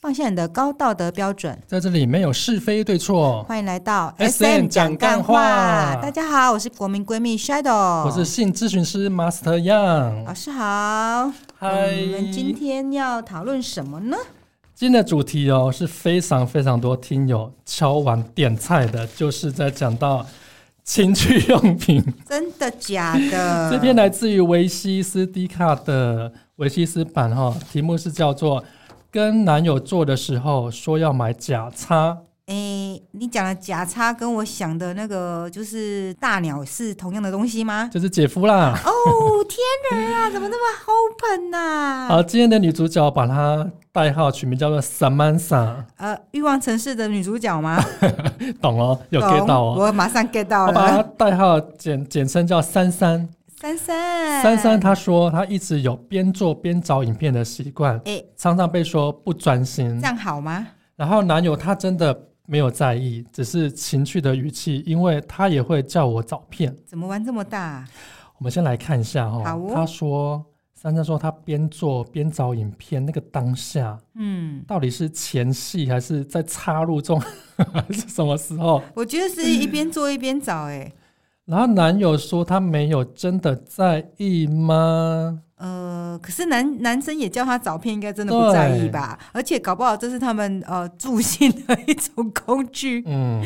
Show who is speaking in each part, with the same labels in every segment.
Speaker 1: 放下你的高道德标准。
Speaker 2: 在这里没有是非对错。
Speaker 1: 欢迎来到
Speaker 2: SM 讲干话
Speaker 1: 大家好，我是国民闺蜜 Shadow，
Speaker 2: 我是性咨询师 Master Yang，
Speaker 1: 老师好。
Speaker 2: 嗨
Speaker 1: 我们今天要讨论什么呢？
Speaker 2: 今天的主题哦是非常非常多听友敲完点菜的，就是在讲到情趣用品。
Speaker 1: 真的假的？
Speaker 2: 这篇来自于维西斯迪卡的维西斯版哈、题目是叫做“跟男友做的时候说要买假叉
Speaker 1: 诶，你讲的假叉跟我想的那个就是大鸟是同样的东西”， 吗？
Speaker 2: 就是姐夫啦。
Speaker 1: 哦，天人啊，怎么那么 open 啊呐、
Speaker 2: 好，今天的女主角把她代号取名叫做 Samantha，
Speaker 1: 呃，欲望城市的女主角吗？
Speaker 2: 懂哦， 有 get 到
Speaker 1: 懂
Speaker 2: 哦。
Speaker 1: 我马上 get 到
Speaker 2: 我把她
Speaker 1: 了。
Speaker 2: 代号简简称叫珊珊。
Speaker 1: 珊珊，
Speaker 2: 珊珊她说她一直有边做边找影片的习惯，
Speaker 1: 诶，
Speaker 2: 常常被说不专心
Speaker 1: 这。样好吗？
Speaker 2: 然后男友他真的没有在意，只是情趣的语气，因为他也会叫我找片。
Speaker 1: 怎么玩这么大啊、
Speaker 2: 我们先来看一下哈、
Speaker 1: 好哦
Speaker 2: 他说珊珊说他边做边找影片，那个当下
Speaker 1: 嗯，
Speaker 2: 到底是前戏还是在插入中， 还是什么时候？
Speaker 1: 我觉得是一边做一边找、欸诶，
Speaker 2: 然后男友说他没有真的在意吗？
Speaker 1: 呃，可是男男生也叫他找片，应该真的不在意吧？而且搞不好这是他们呃助兴的一种工具。
Speaker 2: 嗯，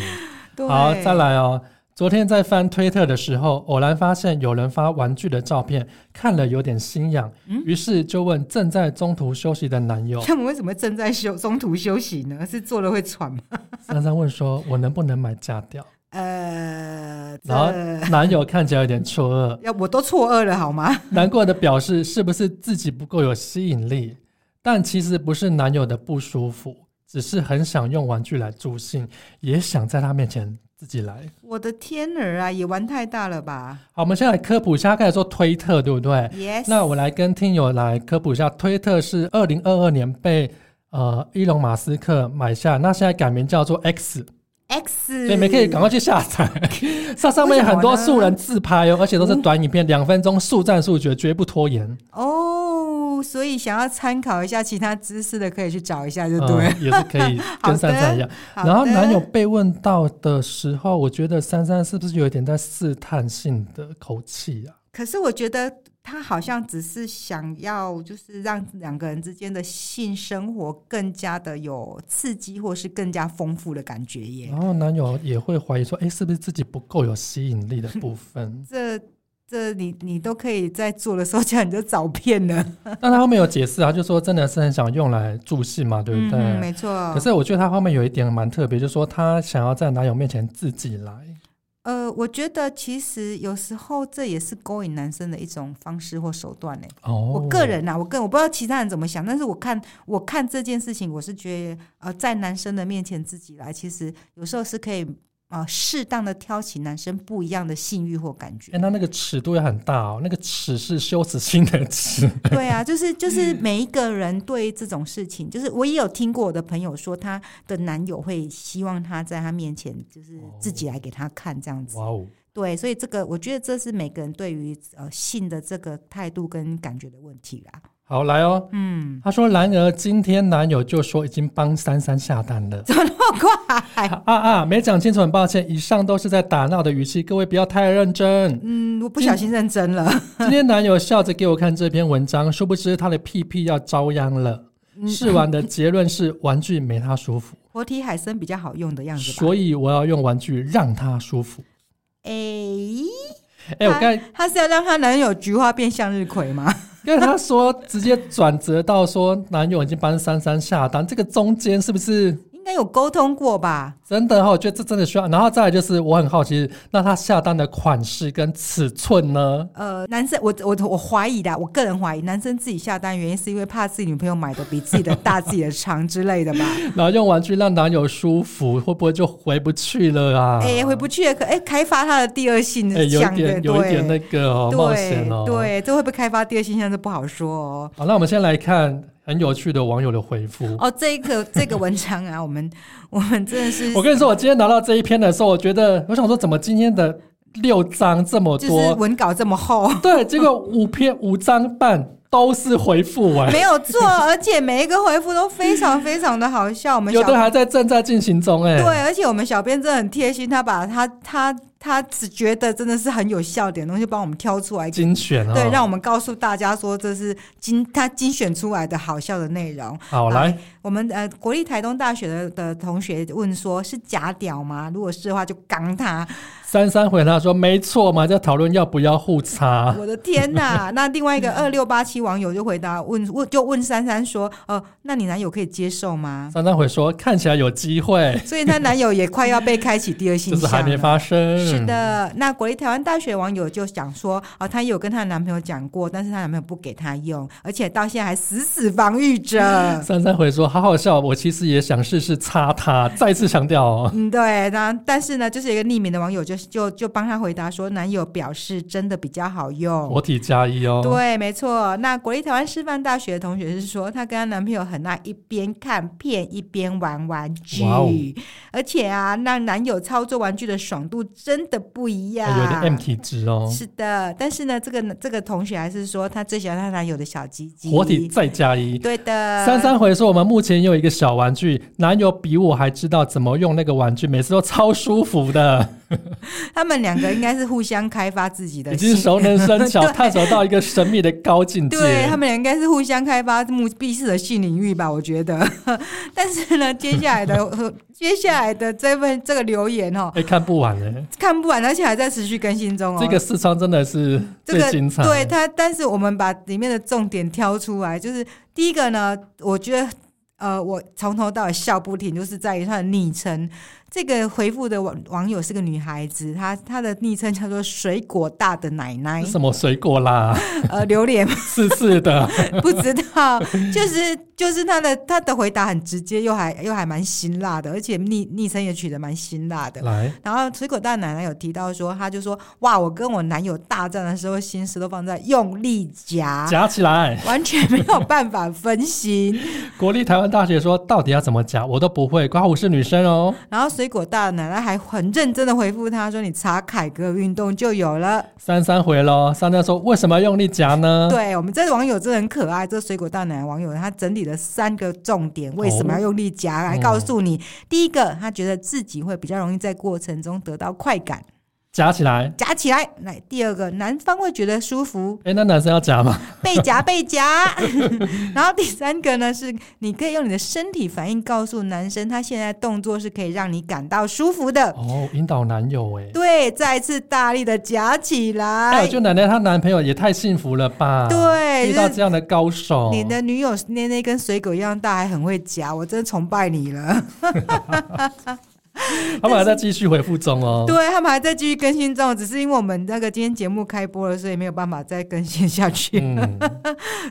Speaker 1: 对，
Speaker 2: 好，再来哦。昨天在翻推特的时候，偶然发现有人发玩具的照片，看了有点心痒，
Speaker 1: 嗯
Speaker 2: 于是就问正在中途休息的男友
Speaker 1: 。他们为什么正在休中途休息呢？是做了会喘 吗？
Speaker 2: 珊珊问说：“我能不能买假屌
Speaker 1: 呃，？”
Speaker 2: 然后
Speaker 1: 这
Speaker 2: 男友看起来有点错 愕，
Speaker 1: 要我都错愕了好吗？
Speaker 2: 难过的表示是不是自己不够有吸引力？但其实不是男友的不舒服，只是很想用玩具来助兴，也想在他面前自己来。
Speaker 1: 我的天儿啊，也玩太大了吧
Speaker 2: 好，我们先来科普一下，刚才说推特对不对？
Speaker 1: ？Yes，
Speaker 2: 那我来跟听友来科普一下，推特是二零二二年被呃伊隆马斯克买下，那现在改名叫做 X，
Speaker 1: X，
Speaker 2: 所以你们可以赶快去下载。 上上面很多素人自拍哦，而且都是短影片，两分钟，速战速决，绝不拖延。
Speaker 1: 哦。所以想要参考一下其他知识的，可以去找一下，就
Speaker 2: 嗯
Speaker 1: 对了。
Speaker 2: 也是可以
Speaker 1: 好
Speaker 2: 跟
Speaker 1: 的
Speaker 2: 珊珊一样。
Speaker 1: 好的
Speaker 2: 然后男友被问到的时候，我觉得珊珊是不是有一点在试探性的口气啊？
Speaker 1: 可是我觉得他好像只是想要，就是让两个人之间的性生活更加的有刺激，或是更加丰富的感觉耶
Speaker 2: 然。后男友也会怀疑说，哎，是不是自己不够有吸引力的部分？
Speaker 1: 这这你你都可以在做的时候 叫你就找遍了，
Speaker 2: 但他后面有解释啊，就说真的是很想用来助兴嘛，对不对？
Speaker 1: 嗯，没错。
Speaker 2: 可是我觉得他后面有一点蛮特别，就是说他想要在男友面前自己来，
Speaker 1: 呃，我觉得其实有时候这也是勾引男生的一种方式或手段呢。
Speaker 2: 哦，
Speaker 1: 我个人呐、啊，我个我不知道其他人怎么想，但是我看我看这件事情，我是觉得呃，在男生的面前自己来，其实有时候是可以呃适当的挑起男生不一样的性欲或感
Speaker 2: 哎，
Speaker 1: 觉。
Speaker 2: 那那个尺度也很大哦，那个尺是羞耻心的 尺，
Speaker 1: 对啊，就是就是
Speaker 2: 嗯
Speaker 1: 每一个人对这种事情，就是我也有听过我的朋友说，她的男友会希望她在她面前就是自己来给她看这样子。
Speaker 2: 哦哇哦，
Speaker 1: 对，所以这个我觉得这是每个人对于呃性的这个态度跟感觉的问题啦。
Speaker 2: 好来哦。
Speaker 1: 嗯，
Speaker 2: 他说，然而今天男友就说已经帮珊珊下单了。
Speaker 1: 好快。
Speaker 2: 啊啊，没讲清楚，很抱歉。以上都是在打闹的语气，各位不要太认真。
Speaker 1: 嗯，我不小心认真了。
Speaker 2: 今天男友笑着给我看这篇文章，殊不知他的屁屁要遭殃了。试完的结论是玩具没他舒服，
Speaker 1: 活体海参比较好用的样子嗯吧？
Speaker 2: 所以我要用玩具让他舒服。
Speaker 1: 诶，
Speaker 2: 哎、我刚才
Speaker 1: 她是要让她男友菊花变向日葵吗？
Speaker 2: 跟他说，直接转折到说男友已经帮珊珊下单，这个中间是不是
Speaker 1: 应该有沟通过吧？
Speaker 2: 真的哈、我觉得这真的需要。然后再来就是我很好奇，那他下单的款式跟尺寸呢？
Speaker 1: 呃，男生，我我我怀疑的，我个人怀疑，男生自己下单原因是因为怕自己女朋友买的比自己的大、自己的长之类的吧？
Speaker 2: 然后用玩具让男友舒服，会不会就回不去了 啊？
Speaker 1: 哎、回不去了，可哎、开发他的第二性
Speaker 2: 哎、有
Speaker 1: 向
Speaker 2: 一
Speaker 1: 的，
Speaker 2: 点有一点那
Speaker 1: 对
Speaker 2: 个哦，冒险哦
Speaker 1: 对。对，这会不会开发第二性向这不好说哦。
Speaker 2: 好，那我们先来看很有趣的网友的回复。
Speaker 1: 哦，这个这个文章啊，我们 我们真的是
Speaker 2: 我跟你说，我今天拿到这一篇的时候，我觉得我想说，怎么今天的六章这么
Speaker 1: 就是
Speaker 2: 多？
Speaker 1: 文稿这么厚，
Speaker 2: 对，结果五篇五章半，都是回复 哎、
Speaker 1: 没有错，而且每一个回复都非常非常的好笑。我们
Speaker 2: 有
Speaker 1: 小
Speaker 2: 的还在正在进行中哎、
Speaker 1: 对，而且我们小编真的很贴心，他把他他他只觉得真的是很有笑点的东西，帮我们挑出来，
Speaker 2: 精选哦，
Speaker 1: 对，让我们告诉大家说这是精他精选出来的好笑的内容。
Speaker 2: 好来，
Speaker 1: 我们呃，国立台东大学的的同学问说，是假屌吗？如果是的话，就刚他。
Speaker 2: 三三回答说没错嘛，在讨论要不要互擦，
Speaker 1: 我的天
Speaker 2: 啊
Speaker 1: 呐！ 那另外一个二六八七网友就回答问问就问珊珊说，呃，那你男友可以接受吗？
Speaker 2: 三三回说看起来有机会，
Speaker 1: 所以她男友也快要被开启第二性
Speaker 2: 就
Speaker 1: 向
Speaker 2: 是还没
Speaker 1: 了
Speaker 2: 发生，。
Speaker 1: 是，的，那国立台湾大学网友就讲说，哦，她有跟她的男朋友讲过，但是她男朋友不给她用，而且到现在还死死防御着
Speaker 2: 三三回说好好笑，我其实也想试试擦它，再次强调哦，
Speaker 1: 嗯，对，那但是呢，就是有一个匿名的网友就就就帮她回答说，男友表示真的比较好用。
Speaker 2: 裸体加一哦，
Speaker 1: 对，没错。那国立台湾师范大学的同学是说，她跟她男朋友很爱一边看片一边玩玩具，
Speaker 2: 哇哦
Speaker 1: 而且啊，让男友操作玩具的爽度真的不一样，
Speaker 2: 哎有点 M 体质哦，
Speaker 1: 是的，但是呢，这个这个同学还是说她最喜欢她男友的小鸡鸡，
Speaker 2: 活体再加一。
Speaker 1: 对的，
Speaker 2: 三三回说，我们目前有一个小玩具，男友比我还知道怎么用那个玩具，每次都超舒服的，
Speaker 1: 他们两个应该是互相开发自己的
Speaker 2: 已
Speaker 1: 性，
Speaker 2: 经熟能生巧，
Speaker 1: 对
Speaker 2: 探索到一个神秘的高境 界。
Speaker 1: 对他们俩应该是互相开发目必适的性领域吧，我觉得。 但是呢，接下来的接下来的这份这个留言哦，
Speaker 2: 哎、看不完哎、
Speaker 1: 看不完，而且还在持续更新中哦。
Speaker 2: 这个四川真的是
Speaker 1: 这
Speaker 2: 最
Speaker 1: 个
Speaker 2: 精彩。
Speaker 1: 对他，但是我们把里面的重点挑出来，就是第一个呢，我觉得呃，我从头到尾笑不停，就是在于他的昵称。这个回复的网网友是个女孩子，她她的昵称叫做“水果大的奶奶
Speaker 2: 是什么水 果啦？”，
Speaker 1: 呃，榴莲
Speaker 2: 刺刺的，
Speaker 1: 不知道，就是就是她的她的回答很直接，又还又还蛮辛辣的，而且昵昵称也取得蛮辛辣的。
Speaker 2: 来，
Speaker 1: 然后水果大奶奶有提到说，她就说：“哇，我跟我男友大战的时候，心思都放在用力夹，
Speaker 2: 夹起来。
Speaker 1: 完全没有办法分心。
Speaker 2: 国立台湾大学说，到底要怎么夹，我都不会。括弧是女生哦，”
Speaker 1: 然后水果大奶奶还很认真的回复她说：“你查凯歌运动就有了。
Speaker 2: 三三回咯。三三说，为什么要用力夹呢？
Speaker 1: 对我们这网友真的很可爱，这水果大奶奶网友他整理了三个重点，为什么要用力夹来告诉你。第一个，他觉得自己会比较容易在过程中得到快感，
Speaker 2: 夹起来。
Speaker 1: 夹起来。来，第二个，男方会觉得舒服，
Speaker 2: 哎、那男生要夹吗？
Speaker 1: 被夹 被夹。然后第三个呢是，你可以用你的身体反应告诉男生，他现在动作是可以让你感到舒服的。
Speaker 2: 哦，引导男友哎、
Speaker 1: 对，再次大力的夹起
Speaker 2: 还
Speaker 1: 来
Speaker 2: 有，。就奶奶她男朋友也太幸福了吧？
Speaker 1: 对
Speaker 2: 啊遇到
Speaker 1: 就是
Speaker 2: 这样的高手，
Speaker 1: 你的女友捏那跟水狗一样大，还很会夹，我真的崇拜你了。
Speaker 2: 他们还在继续回复中哦。
Speaker 1: 对他们还在继续更新中，只是因为我们那个今天节目开播了，所以没有办法再更新下去。
Speaker 2: 嗯，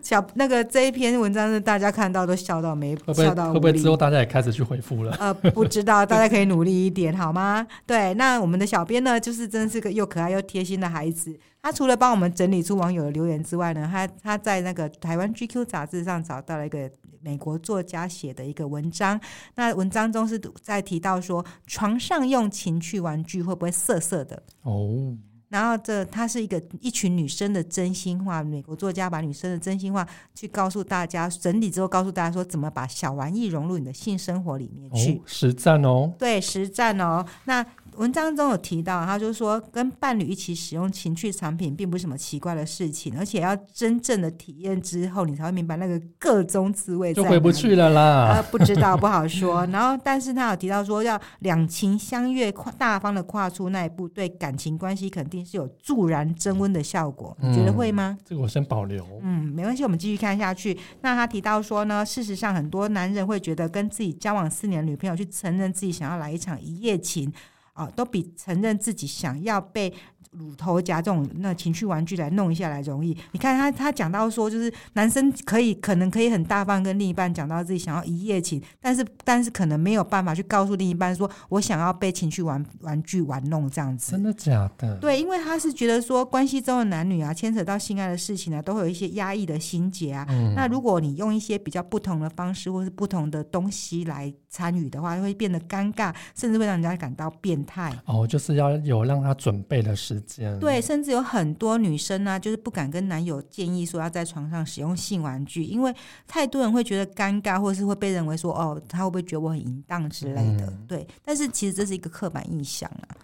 Speaker 1: 小那个这一篇文章是大家看到都笑到没
Speaker 2: 会不会
Speaker 1: 笑到
Speaker 2: 会
Speaker 1: 无
Speaker 2: 不会
Speaker 1: 力
Speaker 2: 之后大家也开始去回复了？
Speaker 1: 呃，不知道，大家可以努力一点好吗？对，那我们的小编呢，就是真是个又可爱又贴心的孩子。他除了帮我们整理出网友的留言之外呢，他他在那个台湾 GQ 杂志上找到了一个美国作家写的一个文章。那文章中是在提到说，床上用情趣玩具会不会涩涩的？
Speaker 2: 哦，
Speaker 1: 然后这它是一个一群女生的真心话，美国作家把女生的真心话去告诉大家，整理之后告诉大家说怎么把小玩意融入你的性生活里面
Speaker 2: 哦
Speaker 1: 去。，
Speaker 2: 实战哦，
Speaker 1: 对，实战哦。那文章中有提到，他就说跟伴侣一起使用情趣产品并不是什么奇怪的事情，而且要真正的体验之后，你才会明白那个各中滋味在
Speaker 2: 就
Speaker 1: 哪里。
Speaker 2: 回不去啊了啦。
Speaker 1: 呃，不知道，不好说。然后，但是他有提到说，要两情相悦，跨大方的跨出那一步，对感情关系肯定是有助燃增温的效果。你觉得
Speaker 2: 嗯
Speaker 1: 会吗？
Speaker 2: 这个我先保留。
Speaker 1: 嗯，没关系，我们继续看下去。那他提到说呢，事实上很多男人会觉得跟自己交往四年的女朋友去承认自己想要来一场一夜情，啊、都比承认自己想要被乳头夹这种那情趣玩具来弄一下来容易。你看他他讲到说，就是男生可以可能可以很大方跟另一半讲到自己想要一夜情，但是但是可能没有办法去告诉另一半说我想要被情趣玩玩具玩弄这样子。
Speaker 2: 真的假的？
Speaker 1: 对，因为他是觉得说，关系中的男女啊，牵扯到性爱的事情啊呢、都会有一些压抑的心结啊。
Speaker 2: 嗯，
Speaker 1: 那如果你用一些比较不同的方式或是不同的东西来参与的话，会变得尴尬，甚至会让人家感到变态。
Speaker 2: 哦，就是要有让他准备的时间。
Speaker 1: 对，，甚至有很多女生呢、就是不敢跟男友建议说要在床上使用性玩具，因为太多人会觉得尴尬，或是会被认为说哦，他会不会觉得我很淫荡之类的。
Speaker 2: 嗯
Speaker 1: 对，但是其实这是一个刻板印象啊。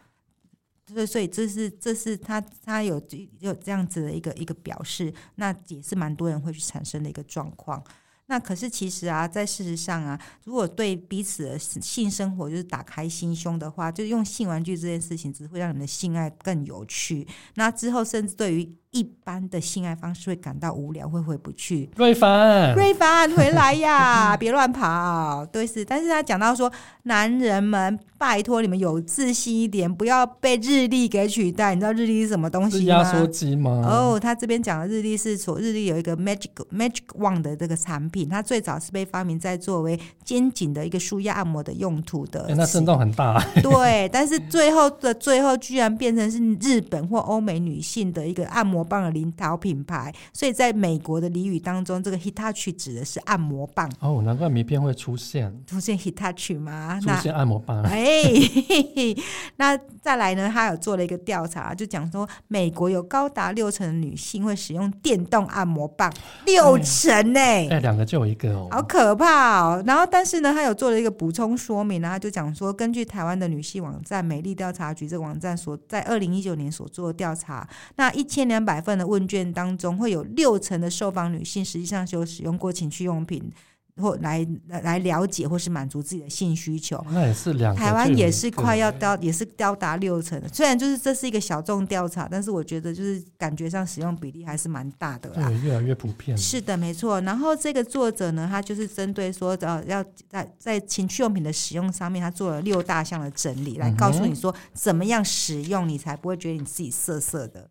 Speaker 1: 所以，所以这是这是他他有有这样子的一个一个表示，那也是蛮多人会去产生的一个状况。那可是其实啊，在事实上啊，如果对彼此的性生活就是打开心胸的话，就用性玩具这件事情，只会让你们的性爱更有趣。那之后，甚至对于一般的性爱方式会感到无聊，会回不去。
Speaker 2: 瑞凡，
Speaker 1: 瑞凡回来呀， 别乱跑。对是，但是他讲到说，男人们，拜托你们有自信一点，不要被日历给取代。你知道日历是什么东
Speaker 2: 是
Speaker 1: 西
Speaker 2: 压
Speaker 1: 吗？
Speaker 2: 缩机吗？
Speaker 1: 哦，他这边讲的日历是所日历有一个 magic magic wand 的这个产品，它最早是被发明在作为肩颈的一个舒压按摩的用途的
Speaker 2: 哎诶。那震动很大，
Speaker 1: 对，但是最后的最后居然变成是日本或欧美女性的一个按摩棒的领导品牌，所以在美国的俚语当中，这个 Hitachi 指的是按摩棒，
Speaker 2: 哦，难怪名片会出现
Speaker 1: 出现 Hitachi 吗？
Speaker 2: 出
Speaker 1: 啊那
Speaker 2: 现按摩棒，
Speaker 1: 哎，嘿嘿那再来呢？他有做了一个调查，就讲说美国有高达六成的女性会使用电动按摩棒，六成呢、欸
Speaker 2: 哎，两个就有一个哦，
Speaker 1: 好可怕哦！然后，但是呢，他有做了一个补充说明啊然后就讲说，根据台湾的女性网站美丽调查局这个网站所在二零一九年所做的调查，那一千两百份的问卷当中，会有六成的受访女性实际上是有使用过情趣用品或来来来了解或是满足自己的性需求。
Speaker 2: 那也是两个就有
Speaker 1: 台
Speaker 2: 一个，
Speaker 1: 湾也是快要到，也是到达六成的。虽然就是这是一个小众调查，但是我觉得就是感觉上使用比例还是蛮大的啦。
Speaker 2: 对，越来越普遍，
Speaker 1: 是的，没错。然后这个作者呢，他就是针对说，呃，要在在情趣用品的使用上面，他做了六大项的整理，来
Speaker 2: 嗯
Speaker 1: 告诉你说怎么样使用，你才不会觉得你自己涩涩的。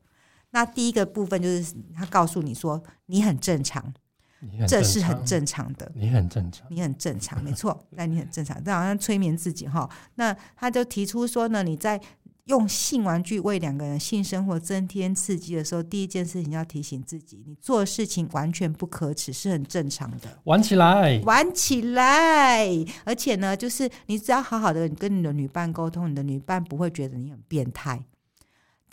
Speaker 1: 那第一个部分就是他告诉你说，你很正常，
Speaker 2: 你很
Speaker 1: 这是很
Speaker 2: 常，
Speaker 1: 正常的。
Speaker 2: 你很正常，
Speaker 1: 你很正常，没错，那你很正常，这好像催眠自己哈。那他就提出说呢，你在用性玩具为两个人性生活增添刺激的时候，第一件事情要提醒自己，你做的事情完全不可耻，是很正常的。
Speaker 2: 玩起来，
Speaker 1: 玩起来，而且呢，就是你只要好好的跟你的女伴沟通，你的女伴不会觉得你很变态。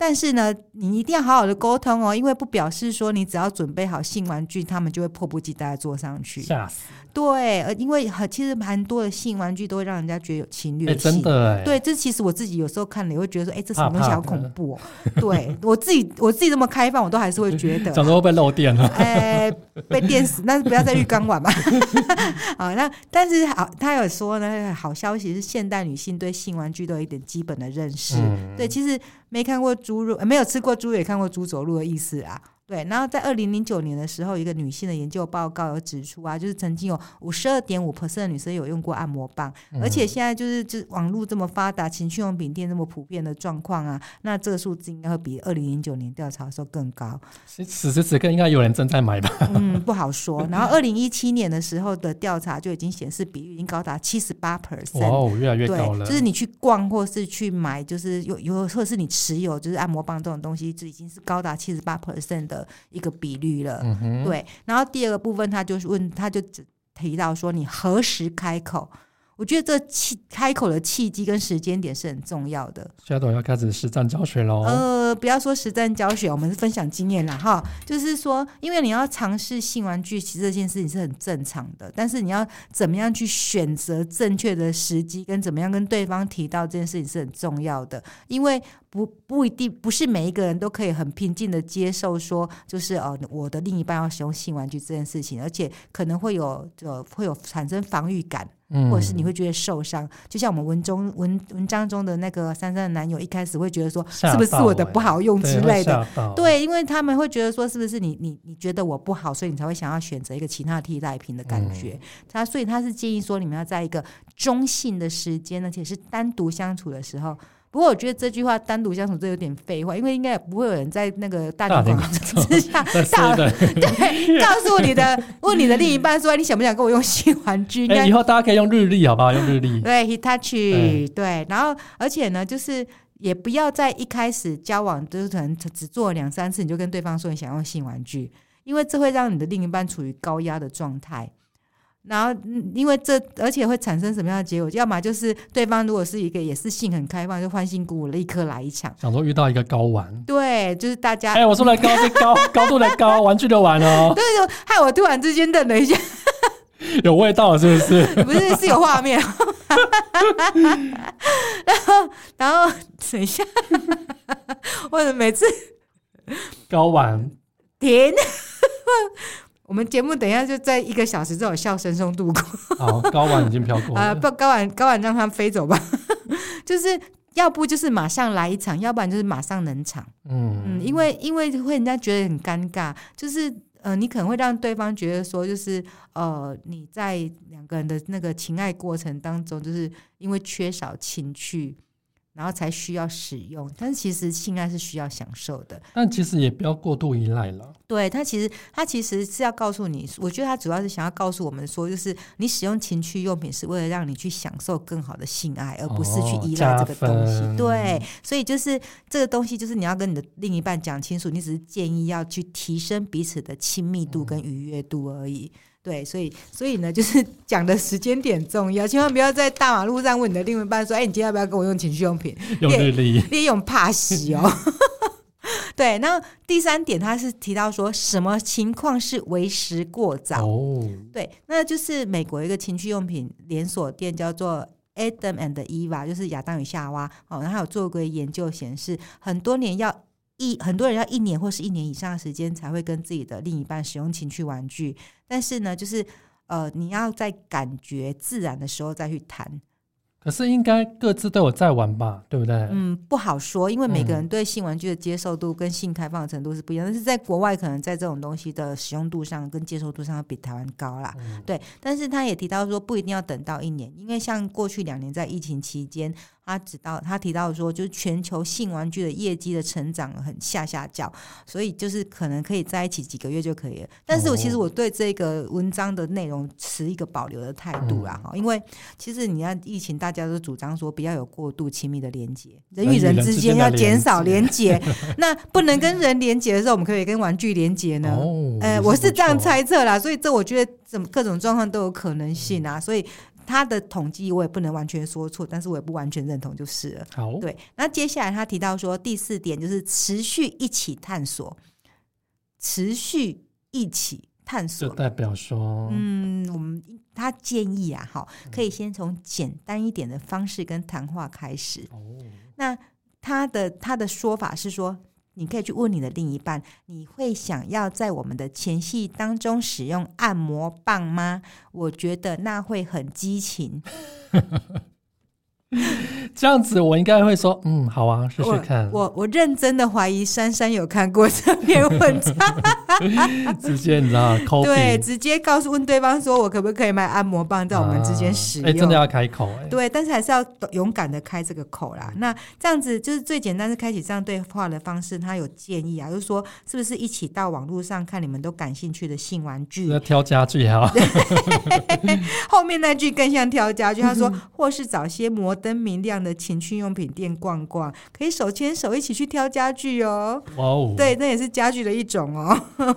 Speaker 1: 但是呢，你一定要好好的沟通哦，因为不表示说你只要准备好性玩具，他们就会迫不及待的坐上去。
Speaker 2: 吓死，
Speaker 1: 对，呃，因为很其实蛮多的性玩具都会让人家觉得有侵
Speaker 2: 哎，
Speaker 1: 略性。
Speaker 2: 真的哎，
Speaker 1: 对，这啊其实我自己有时候看了也会觉得说，哎，这什么东西
Speaker 2: 怕怕
Speaker 1: 好恐
Speaker 2: 的
Speaker 1: 怖哦！对我自己，我自己这么开放，我都还是会觉得
Speaker 2: 讲说会被漏电了，
Speaker 1: 呃，被电死，但是不要在浴缸玩嘛。 好，那但是好，他有说呢，好消息是现代女性对性玩具都有一点基本的认识。
Speaker 2: 嗯
Speaker 1: 对，其实没看过猪肉，呃没有吃过猪肉，也看过猪走路的意思啊。对，然后在二零零九年的时候，一个女性的研究报告有指出啊，就是曾经有五十二点五 percent 的女生有用过按摩棒，而且现在就是就是网络这么发达，情趣用品店这么普遍的状况啊，那这个数字应该会比二零零九年调查的时候更高。
Speaker 2: 此此时此刻应该有人正在买吧？
Speaker 1: 嗯，不好说。然后二零一七年的时候的调查就已经显示比率已经高达七十八
Speaker 2: 哇
Speaker 1: percent。
Speaker 2: 哦，越来越高
Speaker 1: 对，
Speaker 2: 了，
Speaker 1: 就是你去逛或是去买，就是有有，或是你持有就是按摩棒这种东西，这已经是高达七十八 percent 的一个比率了。
Speaker 2: 嗯哼，
Speaker 1: 对，然后第二个部分，他就是问，他就只提到说你何时开口。我觉得这契开口的契机跟时间点是很重要的。
Speaker 2: 夏董要开始实战教学喽，
Speaker 1: 呃，不要说实战教学，我们是分享经验啦哈。就是说，因为你要尝试性玩具，其实这件事情是很正常的，但是你要怎么样去选择正确的时机，跟怎么样跟对方提到这件事情是很重要的，因为。不不一定不是每一个人都可以很平静的接受说，就是呃我的另一半要使用性玩具这件事情，而且可能会有呃会有产生防御感，
Speaker 2: 嗯，
Speaker 1: 或者是你会觉得受伤。就像我们文中文文章中的那个珊珊的男友，一开始会觉得说，
Speaker 2: 吓
Speaker 1: 是不是
Speaker 2: 到
Speaker 1: 我的
Speaker 2: 欸
Speaker 1: 不好用
Speaker 2: 对
Speaker 1: 之
Speaker 2: 会
Speaker 1: 类的。
Speaker 2: 吓到，
Speaker 1: 对，因为他们会觉得说，是不是你你你觉得我不好，所以你才会想要选择一个其他替代品的感
Speaker 2: 嗯
Speaker 1: 觉。他所以他是建议说，你们要在一个中性的时间，而且是单独相处的时候。不过我觉得这句话单独相处这有点废话，因为应该也不会有人在那个大
Speaker 2: 大
Speaker 1: 庭
Speaker 2: 庭
Speaker 1: 广众之 下
Speaker 2: 在
Speaker 1: 大
Speaker 2: 说的，
Speaker 1: 对告诉你的问你的另一半说你想不想跟我用性 玩具？应该
Speaker 2: 哎，以后大家可以用日历，好不好？用日历，
Speaker 1: 对，Hitachi，、对，然后而且呢，就是也不要在一开始交往，就是可能只只做了两三次，你就跟对方说你想用性玩具，因为这会让你的另一半处于高压的状态。然后，嗯因为这而且会产生什么样的结果？要么就是对方如果是一个也是性很开放，就欢欣鼓舞，立刻来一场。
Speaker 2: 想说遇到一个高玩，
Speaker 1: 对，就是大家，
Speaker 2: 哎、我说的高是高 高度的高，玩具的玩
Speaker 1: 啊
Speaker 2: 哦，
Speaker 1: 对，就害我突然之间愣了一下，
Speaker 2: 有味道了是不是？
Speaker 1: 不是是有画面。 然后，然后等一下， 或者每次
Speaker 2: 高玩，
Speaker 1: 停。 我们节目等一下就在一个小时这种笑声中度过。
Speaker 2: 好，高玩已经飘过
Speaker 1: 啊、
Speaker 2: 了。
Speaker 1: 不，高婉高婉让他飞走吧， 就是要不就是马上来一场，要不然就是马上冷场。嗯，
Speaker 2: 嗯，
Speaker 1: 因为因为会人家觉得很尴尬，就是呃，你可能会让对方觉得说，就是呃，你在两个人的那个情爱过程当中，就是因为缺少情趣。然后才需要使用，但是其实性爱是需要享受的。
Speaker 2: 但其实也不要过度依赖了。
Speaker 1: 对他其实他其实是要告诉你，我觉得他主要是想要告诉我们说，就是你使用情趣用品是为了让你去享受更好的性爱，而不是去
Speaker 2: 哦
Speaker 1: 依赖
Speaker 2: 加
Speaker 1: 这个东西。
Speaker 2: 分
Speaker 1: 对，所以就是这个东西，就是你要跟你的另一半讲清楚，你只是建议要去提升彼此的亲密度跟愉悦度而已。对，所以所以呢，就是讲的时间点重要，千万不要在大马路上问你的另一半说：“哎，你今天要不要跟我用情趣用品？”
Speaker 2: 用日历，
Speaker 1: 利用怕洗哦。 对，那第三点，他是提到说什么情况是为时过早？
Speaker 2: 哦，
Speaker 1: 对，那就是美国一个情趣用品连锁店叫做 Adam and Eva，就是亚当与夏娃哦。然后有做过研究显示，很多年要一很多人要一年或是一年以上的时间才会跟自己的另一半使用情趣玩具，但是呢，就是呃，你要在感觉自然的时候再去谈。
Speaker 2: 可是应该各自都有在玩吧，对不对？
Speaker 1: 嗯，不好说，因为每个
Speaker 2: 嗯
Speaker 1: 人对性玩具的接受度跟性开放的程度是不一样，但是在国外可能在这种东西的使用度上跟接受度上要比台湾高啦。
Speaker 2: 嗯
Speaker 1: 对，但是他也提到说，不一定要等到一年，因为像过去两年在疫情期间，他知道他提到说，就是全球性玩具的业绩的成长很下下叫，所以就是可能可以在一起几个月就可以了。但是我其实
Speaker 2: 哦
Speaker 1: 我对这个文章的内容持一个保留的态度
Speaker 2: 嗯
Speaker 1: 啦，哈、因为其实你看疫情，大家都主张说不要有过度亲密的连接，人与人之间要减少连接。 那不能跟人连接的时候，我们可不可以跟玩具连接呢？
Speaker 2: 哦，
Speaker 1: 呃，
Speaker 2: 也
Speaker 1: 我是
Speaker 2: 不
Speaker 1: 这样
Speaker 2: 错，
Speaker 1: 猜测啦，所以这我觉得怎么各种状况都有可能性啊，所以他的统计我也不能完全说错，但是我也不完全认同就是了。
Speaker 2: 好，
Speaker 1: 对，那接下来他提到说第四点就是持续一起探索，持续一起探
Speaker 2: 就
Speaker 1: 索。
Speaker 2: 代表说，
Speaker 1: 嗯，我们他建议啊，哈，
Speaker 2: 嗯
Speaker 1: 可以先从简单一点的方式跟谈话开始。
Speaker 2: 哦，
Speaker 1: 那他的他的说法是说，你可以去问你的另一半，你会想要在我们的前戏当中使用按摩棒吗？我觉得那会很激情。
Speaker 2: 这样子我应该会说，嗯，好啊，试试看，
Speaker 1: 我我认真的怀疑珊珊有看过这篇文 章，
Speaker 2: 直接你知道 c o
Speaker 1: 对，直接告诉问对方说我可不可以买按摩棒在我们之间使
Speaker 2: 哎、
Speaker 1: 用。
Speaker 2: 真的要开口哎、
Speaker 1: 对，但是还是要勇敢的开这个口啦。那这样子就是最简单是开启这样对话的方式。他有建议啊，就是说是不是一起到网络上看你们都感兴趣的性玩具
Speaker 2: 那？挑家具啊哈，
Speaker 1: 后面那句更像挑家具，他说或是找些摩登明亮的情趣用品店逛逛，可以手牵手一起去挑家具哦。
Speaker 2: 哇哦，，
Speaker 1: 对，那也是家具的一种哦。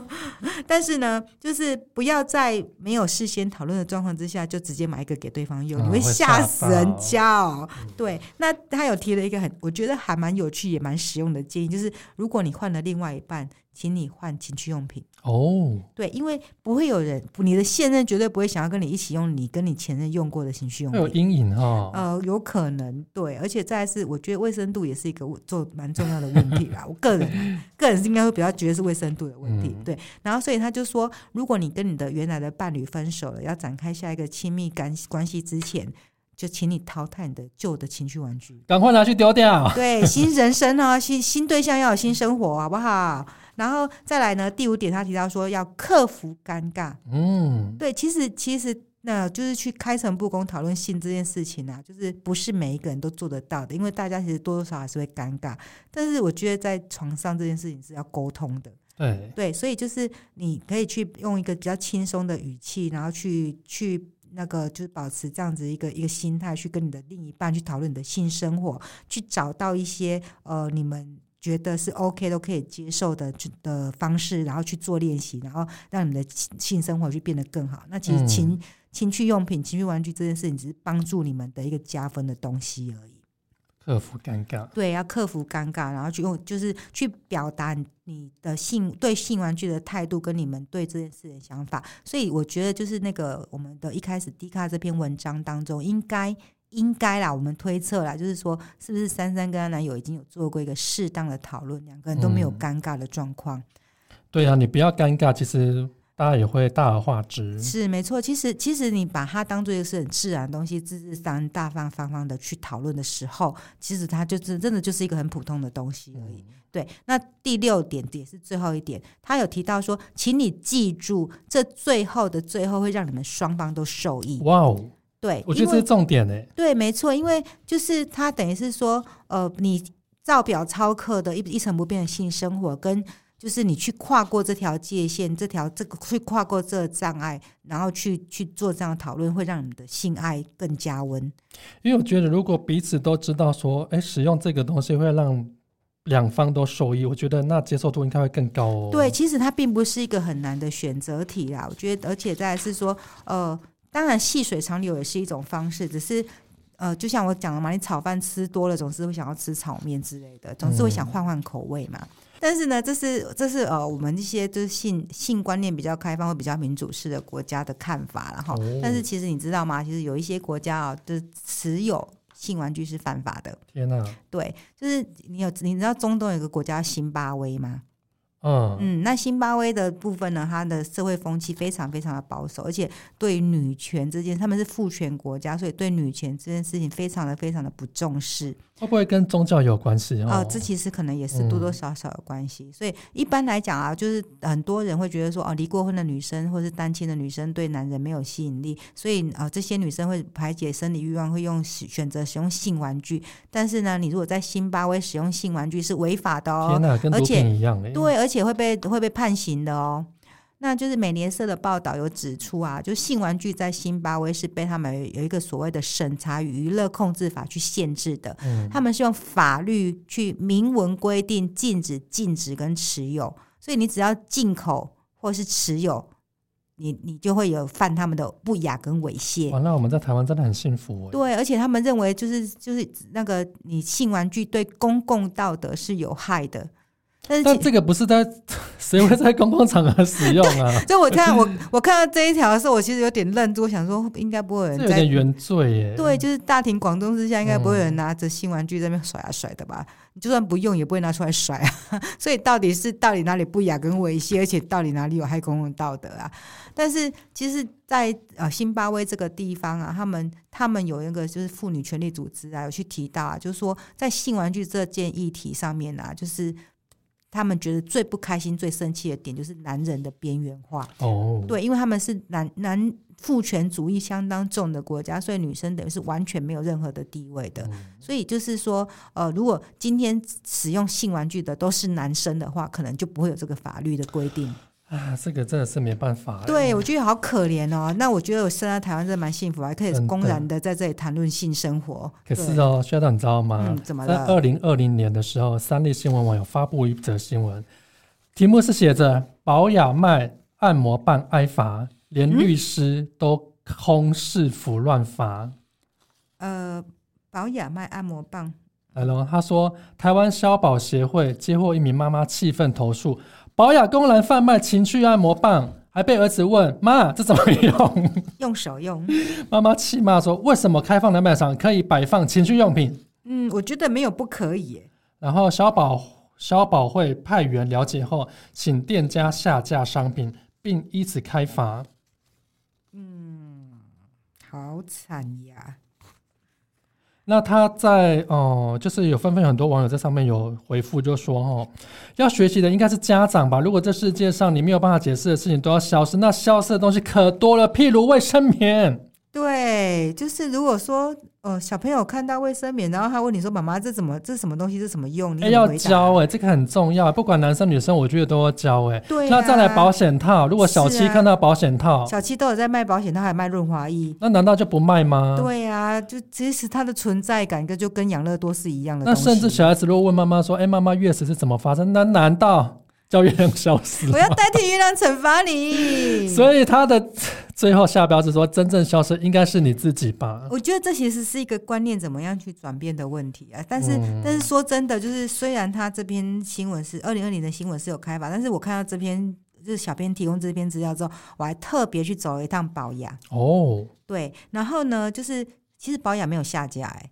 Speaker 1: 但是呢，就是不要在没有事先讨论的状况之下，就直接买一个给对方用，
Speaker 2: 嗯
Speaker 1: 你会
Speaker 2: 会
Speaker 1: 吓
Speaker 2: 吓
Speaker 1: 死
Speaker 2: 到嗯
Speaker 1: 人家哦。对，那他有提了一个很，我觉得还蛮有趣也蛮实用的建议，就是如果你换了另外一半，请你换情趣用品。
Speaker 2: 哦，
Speaker 1: 对，因为不会有人，你的现任绝对不会想要跟你一起用你跟你前任用过的情趣用
Speaker 2: 会有
Speaker 1: 品。
Speaker 2: 阴影哈、
Speaker 1: 呃，有可能对，而且再来是，我觉得卫生度也是一个做蛮重要的问题啦。我个人啊个人是应该会比较觉得是卫生度的问题，
Speaker 2: 嗯
Speaker 1: 对。然后所以他就说，如果你跟你的原来的伴侣分手了，要展开下一个亲密感关系之前，就请你淘汰你的旧的情绪玩具。
Speaker 2: 赶快拿去丢掉。
Speaker 1: 对，新人生啊，新新对象要有新生活，好不好？然后再来呢，第五点他提到说要克服尴尬，
Speaker 2: 嗯，
Speaker 1: 对，其实其实那就是去开诚布公讨论性这件事情啊，就是不是每一个人都做得到的，因为大家其实多多少少还是会尴尬。但是我觉得在床上这件事情是要沟通的，
Speaker 2: 对，
Speaker 1: 对，所以就是你可以去用一个比较轻松的语气，然后去去那个就是保持这样子一个一个心态，去跟你的另一半去讨论你的性生活，去找到一些呃你们。觉得是 OK 都可以接受的就的方式，然后去做练习，然后让你的性性生活去变得更好。那其实
Speaker 2: 嗯
Speaker 1: 情、情趣用品、情趣玩具这件事情只是帮助你们的一个加分的东西而已。
Speaker 2: 克服尴尬。
Speaker 1: 对，要克服尴尬，然后去用，就是去表达你你的性对性玩具的态度，跟你们对这件事的想法。所以我觉得，就是那个我们的一开始 D 卡这篇文章当中，应该应该啦，我们推测啦，就是说，是不是珊珊跟她男友已经有做过一个适当的讨论，两个人都没有
Speaker 2: 嗯
Speaker 1: 尴尬的状况。
Speaker 2: 对啊，你不要尴尬，其实大家也会大而化之。
Speaker 1: 是没错，其实其实你把它当做一个是很自然的东西，自自然大方方方的去讨论的时候，其实它就是真的就是一个很普通的东西而
Speaker 2: 嗯
Speaker 1: 已。对，那第六点也是最后一点，他有提到说，请你记住，这最后的最后会让你们双方都受益。
Speaker 2: 哇哦，
Speaker 1: 对，
Speaker 2: 我觉得
Speaker 1: 因
Speaker 2: 这
Speaker 1: 为
Speaker 2: 是重点欸诶。
Speaker 1: 对，没错，因为就是他等于是说，呃，你照表操课的一一成不变的性生活，跟就是你去跨过这条界限，这条这个去跨过这个障碍，然后去去做这样的讨论，会让你们的性爱更加温。
Speaker 2: 因为我觉得如果彼此都知道说，哎，使用这个东西会让两方都受益，我觉得那接受度应该会更高哦。
Speaker 1: 对，，其实它并不是一个很难的选择题啦，我觉得，而且再来是说，呃，当然细水长流也是一种方式，只是。呃，就像我讲的嘛，你炒饭吃多了，总是会想要吃炒面之类的，总是会
Speaker 2: 嗯
Speaker 1: 想换换口味嘛。但是呢，这是这是呃，我们一些就是性性观念比较开放或比较民主式的国家的看法然后，
Speaker 2: 哦
Speaker 1: 但是其实你知道吗？其实有一些国家啊，就是持有性玩具是犯法的。
Speaker 2: 天哪、
Speaker 1: 对，就是你有你知道中东有个国家叫辛巴威吗？
Speaker 2: 嗯，
Speaker 1: 嗯，那辛巴威的部分呢，它的社会风气非常非常的保守，而且对女权这件，他们是父权国家，所以对女权这件事情非常的非常的不重视。
Speaker 2: 会不会跟宗教有关系
Speaker 1: 啊、
Speaker 2: 哦？
Speaker 1: 这其实可能也是多多少少有关系。所以一般来讲啊，就是很多人会觉得说，哦，离过婚的女生或是单亲的女生对男人没有吸引力，所以啊、呃这些女生会排解生理欲望，会用使选择使用性玩具。但是呢，你如果在辛巴威使用性玩具是违法的哦。
Speaker 2: 天哪、跟
Speaker 1: 而
Speaker 2: 毒
Speaker 1: 且
Speaker 2: 品一样欸诶。
Speaker 1: 对，而且会被会被判刑的哦。那就是美联社的报道有指出啊，就性玩具在津巴威是被他们有有一个所谓的审查与娱乐控制法去限制的，
Speaker 2: 嗯
Speaker 1: 他们是用法律去明文规定禁止禁止跟持有，所以你只要进口或是持有，你你就会有犯他们的不雅跟猥亵。
Speaker 2: 哇，那我们在台湾真的很幸福欸诶。
Speaker 1: 对，而且他们认为就是就是那个你性玩具对公共道德是有害的，但是
Speaker 2: 但
Speaker 1: 其
Speaker 2: 这个不是在 谁会在公共场合使用啊？
Speaker 1: 所以我看我我看到这一条的时候，我其实有点愣住，我想说应该不会有人
Speaker 2: 这有
Speaker 1: 在
Speaker 2: 点原罪耶。
Speaker 1: 对，就是大庭广众之下，应该不会有人
Speaker 2: 嗯
Speaker 1: 拿着新玩具在那边甩啊甩的吧？你就算不用，也不会拿出来甩啊。 所以到底是到底哪里不雅跟猥亵，而且到底哪里有害公共道德啊？但是其实在，呃津巴威这个地方啊，他们他们有一个就是妇女权利组织啊，有去提到啊，就是说在性玩具这件议题上面啊，就是。他们觉得最不开心、最生气的点就是男人的边缘化。
Speaker 2: 哦，
Speaker 1: 对，因为他们是男男父权主义相当重的国家，所以女生等于是完全没有任何的地位的。
Speaker 2: 嗯
Speaker 1: 所以就是说，呃，如果今天使用性玩具的都是男生的话，可能就不会有这个法律的规定。
Speaker 2: 啊，这个真的是没办法。欸
Speaker 1: 对，我觉得好可怜哦。那我觉得我生在台湾真的蛮幸福啊，还可以
Speaker 2: 真的
Speaker 1: 公然的在这里谈论性生活。
Speaker 2: 可是
Speaker 1: 对
Speaker 2: 哦，薛导，你知道吗？
Speaker 1: 嗯怎么
Speaker 2: 在
Speaker 1: 了
Speaker 2: 二零二零年的时候，三立新闻网有发布一则新闻，题目是写着“保雅麦按摩棒挨罚，连
Speaker 1: 嗯
Speaker 2: 律师都空市府乱罚”
Speaker 1: 呃，保雅麦按摩棒，
Speaker 2: 来了，他说台湾消保协会接获一名妈妈气愤投诉，保雅公然贩卖情趣按摩棒，还被儿子问妈这怎么用？
Speaker 1: 用手用。
Speaker 2: 妈妈气骂说为什么开放的卖场可以摆放情趣用品？
Speaker 1: 嗯，我觉得没有不可以耶。
Speaker 2: 然后消保消保会派员了解后，请店家下架商品，并依此开罚。
Speaker 1: 好惨呀！
Speaker 2: 那他在哦、呃就是有纷纷有很多网友在上面有回复，就说哦，要学习的应该是家长吧。如果这世界上你没有办法解释的事情都要消失，那消失的东西可多了，譬如卫生棉。
Speaker 1: 对，就是如果说呃小朋友看到卫生棉，然后他问你说：“妈妈，这怎么这什么东西？这什么用？”你
Speaker 2: 哎、
Speaker 1: 怎么
Speaker 2: 要
Speaker 1: 嗯回答
Speaker 2: 教哎、这个很重要，不管男生女生，我觉得都要教哎、
Speaker 1: 对、啊，
Speaker 2: 那再来保险套，如果小
Speaker 1: 是
Speaker 2: 七
Speaker 1: 啊
Speaker 2: 看到保险套，
Speaker 1: 小七都有在卖保险，他还卖润滑液。
Speaker 2: 那难道就不卖吗？
Speaker 1: 对啊，就其实它的存在感跟就跟养乐多是一样的
Speaker 2: 那
Speaker 1: 东西。
Speaker 2: 甚至小孩子如果问妈妈说：“哎、妈妈，月食是怎么发生？”那难道叫月亮消失
Speaker 1: 我。要代替月亮惩罚你。
Speaker 2: 所以他的最后下标是说，真正消失应该是你自己吧。
Speaker 1: 我觉得这其实是一个观念怎么样去转变的问题啊。但是，
Speaker 2: 嗯
Speaker 1: 但是说真的，就是虽然他这篇新闻是二零二零的新闻是有开发，但是我看到这篇就是小编提供这篇资料之后，我还特别去走了一趟保雅。
Speaker 2: 哦，
Speaker 1: 对，然后呢，就是其实保雅没有下架、欸，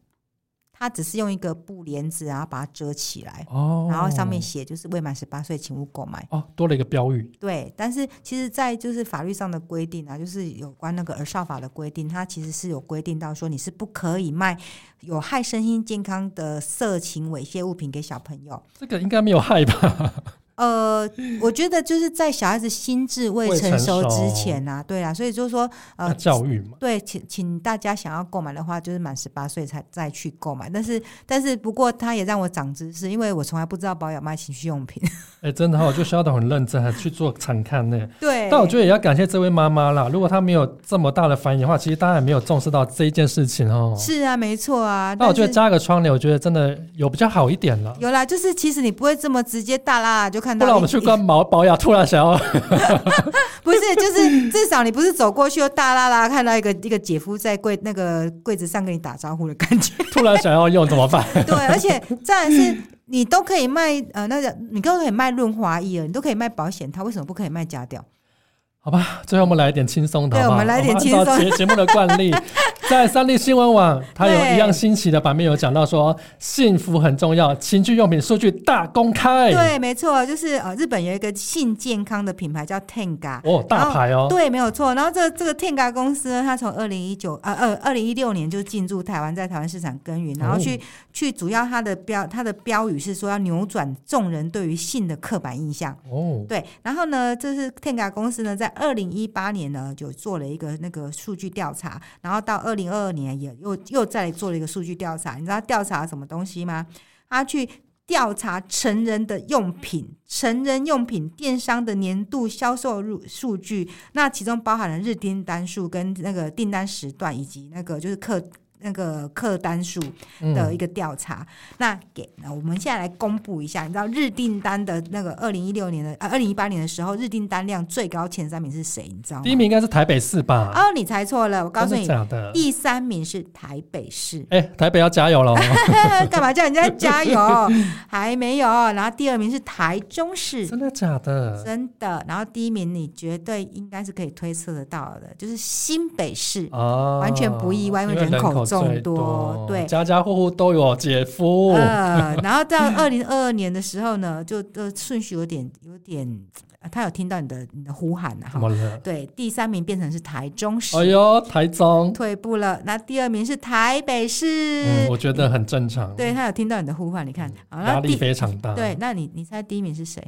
Speaker 1: 它只是用一个布帘子，然后把它遮起来，
Speaker 2: 哦，
Speaker 1: 然后上面写就是未满十八岁请勿购买。
Speaker 2: 哦多了一个标语，
Speaker 1: 对，但是其实，在就是法律上的规定啊，就是有关那个儿少法的规定，它其实是有规定到说你是不可以卖有害身心健康的色情猥亵物品给小朋友。
Speaker 2: 这个应该没有害 吧？
Speaker 1: 呃，我觉得就是在小孩子心智未
Speaker 2: 未
Speaker 1: 成
Speaker 2: 成
Speaker 1: 熟之
Speaker 2: 熟
Speaker 1: 前啊，对啊，所以就是说，
Speaker 2: 要
Speaker 1: 呃，
Speaker 2: 教育嘛，
Speaker 1: 对，请请大家想要购买的话，就是满十八岁才再去购买。但是，但是不过它也让我长知识，因为我从来不知道保养卖情趣用品。
Speaker 2: 哎，真的哈、哦，就肖导很认真，还去做常看呢。
Speaker 1: 对，
Speaker 2: 但我觉得也要感谢这位妈妈啦，如果她没有这么大的反应的话，其实大家也没有重视到这一件事情哦。
Speaker 1: 是啊，没错啊。
Speaker 2: 那我觉得
Speaker 1: 但是
Speaker 2: 加个窗帘，我觉得真的有比较好一点了。
Speaker 1: 有啦，就是其实你不会这么直接大拉拉就看
Speaker 2: 不
Speaker 1: 到，
Speaker 2: 然我们去关毛 保养，突然想要
Speaker 1: 不是， 就是至少你不是走过去又大拉拉看到一个一个姐夫在柜那个柜子上跟你打招呼的感觉。
Speaker 2: 突然想要用怎么办？
Speaker 1: 对，而且再来是你都可以卖呃那个你都可以卖润滑液了，你都可以卖保险套，为什么不可以卖假掉？
Speaker 2: 好吧，最后我们来一点轻松的
Speaker 1: 对
Speaker 2: 好不
Speaker 1: 我
Speaker 2: 好，
Speaker 1: 们来点轻松
Speaker 2: 按照节节目的惯 例，在三立新闻网，它有
Speaker 1: 对
Speaker 2: 一样新奇的版面有讲到说，幸福很重要，情趣用品数据大公开。，
Speaker 1: 对，没错，就是呃日本有一个性健康的品牌叫 Tenga。
Speaker 2: 哦，大牌哦，
Speaker 1: 对，没有错。然后这这个 Tenga 公司呢，它从二零一九呃二二零一六年就进驻台湾，在台湾市场耕耘，然后去、去主要它的标它的标语是说要扭转众人对于性的刻板印象。
Speaker 2: 哦，
Speaker 1: 对，然后呢，这是 Tenga 公司呢，在二零一八年呢，就做了一个那个数据调查，然后到二零二二年也又又再做了一个数据调查。你知道调查什么东西吗？他去调查成人的用品，成人用品电商的年度销售入数据，那其中包含了日订单数、跟那个订单时段，以及那个就是客那个客单数。的一
Speaker 2: 嗯，
Speaker 1: 个调查。那给那我们现在来公布一下，你知道日订单的那个二零一六年的呃二零一八年的时候，日订单量最高前三名是谁？你知道
Speaker 2: 第一
Speaker 1: 吗？
Speaker 2: 名应该是台北市吧？
Speaker 1: 哦，你猜错了，我告诉
Speaker 2: 嗯真的
Speaker 1: 你，
Speaker 2: 假的？。
Speaker 1: 第三名是台北市
Speaker 2: 哎、台北要加油了哦，
Speaker 1: 干嘛叫人家加 油？还没有。然后第二名是台中市。
Speaker 2: 真的假的？
Speaker 1: 真的，然后第一名你绝对应该是可以推测得到的，就是新北市。
Speaker 2: 啊，
Speaker 1: 完全不意外因为
Speaker 2: 人
Speaker 1: 人口
Speaker 2: 口
Speaker 1: 众
Speaker 2: 最
Speaker 1: 多对
Speaker 2: 家家户户都有姐夫，
Speaker 1: 呃，然后到二零二二年的时候呢，就就顺序有点有点，呃他有听到你的你的呼喊啊，
Speaker 2: 怎
Speaker 1: 哈
Speaker 2: 么了？
Speaker 1: 对，第三名变成是台中市、
Speaker 2: 哎呦，台中，
Speaker 1: 退步了，那第二名是台北市，
Speaker 2: 嗯，我觉得很正常，
Speaker 1: 对他有听到你的呼唤，你看，好，
Speaker 2: 压
Speaker 1: 啊那
Speaker 2: 力
Speaker 1: 第
Speaker 2: 非常大，
Speaker 1: 对，，那你你猜第一名是谁？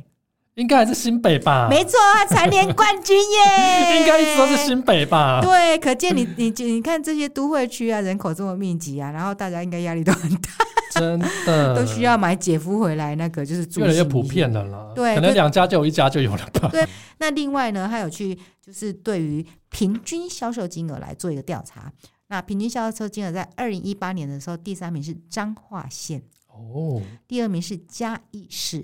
Speaker 2: 应该还是新北吧？
Speaker 1: 没错啊，蝉联冠军耶，
Speaker 2: 应该一直都是。啊新北吧？
Speaker 1: 对，可见你 你你看这些都会区啊，人口这么密集啊，然后大家应该压力都很大，
Speaker 2: 真的，
Speaker 1: 都需要买姐夫回来那个就是住
Speaker 2: 嗯越来越
Speaker 1: 信
Speaker 2: 普
Speaker 1: 义
Speaker 2: 遍了啦。
Speaker 1: 对
Speaker 2: 可能
Speaker 1: 就
Speaker 2: 两家就有一家就有了吧。
Speaker 1: 那另外呢，还有去就是对于平均销售金额来做一个调查。那平均销售金额在二零一八年的时候，第三名是彰化县，
Speaker 2: 哦，
Speaker 1: 第二名是嘉义市，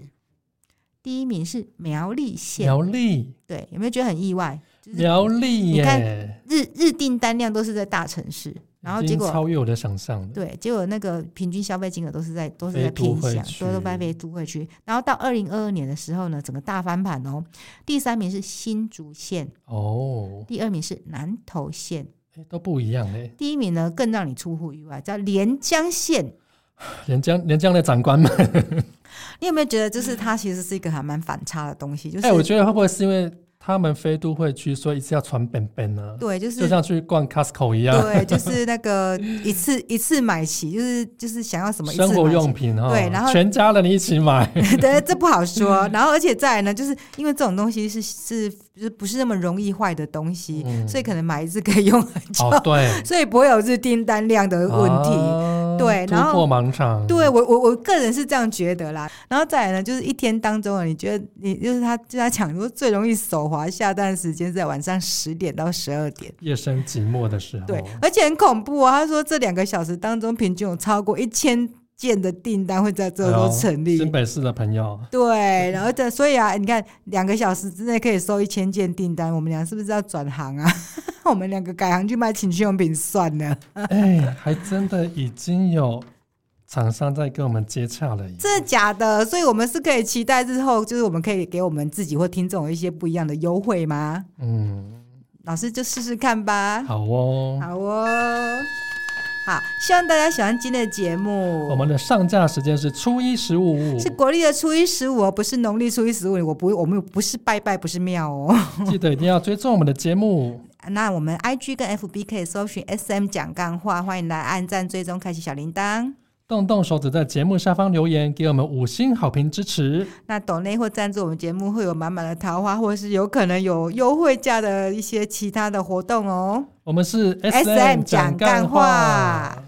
Speaker 1: 第一名是苗栗县。
Speaker 2: 苗栗，
Speaker 1: 对，有没有觉得很意外？就是
Speaker 2: 苗栗
Speaker 1: 嗯你看
Speaker 2: 耶，
Speaker 1: 日日订单量都是在大城市，然后
Speaker 2: 已
Speaker 1: 结
Speaker 2: 经
Speaker 1: 果
Speaker 2: 超越我的想象了。
Speaker 1: 对，结果那个平均消费金额都是在都是在
Speaker 2: 非都
Speaker 1: 偏
Speaker 2: 会
Speaker 1: 乡，
Speaker 2: 区
Speaker 1: 都是在非都会区。然后到二零二二年的时候呢，整个大翻盘哦，第三名是新竹县，
Speaker 2: 哦，
Speaker 1: 第二名是南投县。
Speaker 2: 诶都不一样哎，
Speaker 1: 第一名呢，更让你出乎意外，叫连江县。
Speaker 2: 连江连江的长官们，
Speaker 1: 你有没有觉得，就是它其实是一个还蛮反差的东西？就是、
Speaker 2: 哎，我觉得会不会是因为他们非都会区，所以一次要传本本呢？
Speaker 1: 对，就是
Speaker 2: 就像去逛 Costco 一样，
Speaker 1: 对， 就是那个一次一次买齐，就是就是想要什么一次
Speaker 2: 生活
Speaker 1: 买齐
Speaker 2: 用品哈，
Speaker 1: 对然后
Speaker 2: 全家人一起买，
Speaker 1: 对，这不好说。然后，而且再来呢，就是因为这种东西是是就是不是那么容易坏的东西，
Speaker 2: 嗯
Speaker 1: 所以可能买一次可以用很久，
Speaker 2: 哦，对，
Speaker 1: 所以不会有日订单量的问题。
Speaker 2: 啊
Speaker 1: 对
Speaker 2: 突
Speaker 1: 然后
Speaker 2: 破盲场，
Speaker 1: 对我我我个人是这样觉得啦。然后再来呢，就是一天当中啊，你觉得你就是他就他讲说最容易手滑下单的时间是在晚上十点到十二点。
Speaker 2: 夜深寂寞的时候，哎
Speaker 1: 哦对，而且很恐怖啊！他说这两个小时当中，平均有超过一千件的订单会在这
Speaker 2: 哎
Speaker 1: 都
Speaker 2: 呦
Speaker 1: 成立。
Speaker 2: 新北市的 朋友，
Speaker 1: 对，然后这所以啊，你看两个小时之内可以收一千件订单，我们俩是不是要转行啊？ 我们两个改行去卖情趣用品算了，
Speaker 2: 哎，还真的已经有厂商在跟我们接洽了耶。
Speaker 1: 真的假的？所以我们是可以期待日后，就是我们可以给我们自己或听众一些不一样的优惠吗？
Speaker 2: 嗯，
Speaker 1: 老师就试试看吧。
Speaker 2: 好哦。
Speaker 1: 好哦，好，希望大家喜欢今天的节目。
Speaker 2: 我们的上架时间是初一十五，
Speaker 1: 是国历的初一十五哦，不是农历初一十五。我不，我们不是拜拜，不是庙哦。
Speaker 2: 记得一定要追踪我们的节目。
Speaker 1: 那我们 I G 跟 F B 可以搜寻 S M 讲干话，欢迎来按赞、追踪、开启小铃铛。
Speaker 2: 动动手指在节目下方留言，给我们五星好评支持。
Speaker 1: 那抖内或赞助我们节目会有满满的桃花，或是有可能有优惠价的一些其他的活动哦。
Speaker 2: 我们是
Speaker 1: S M 讲干话。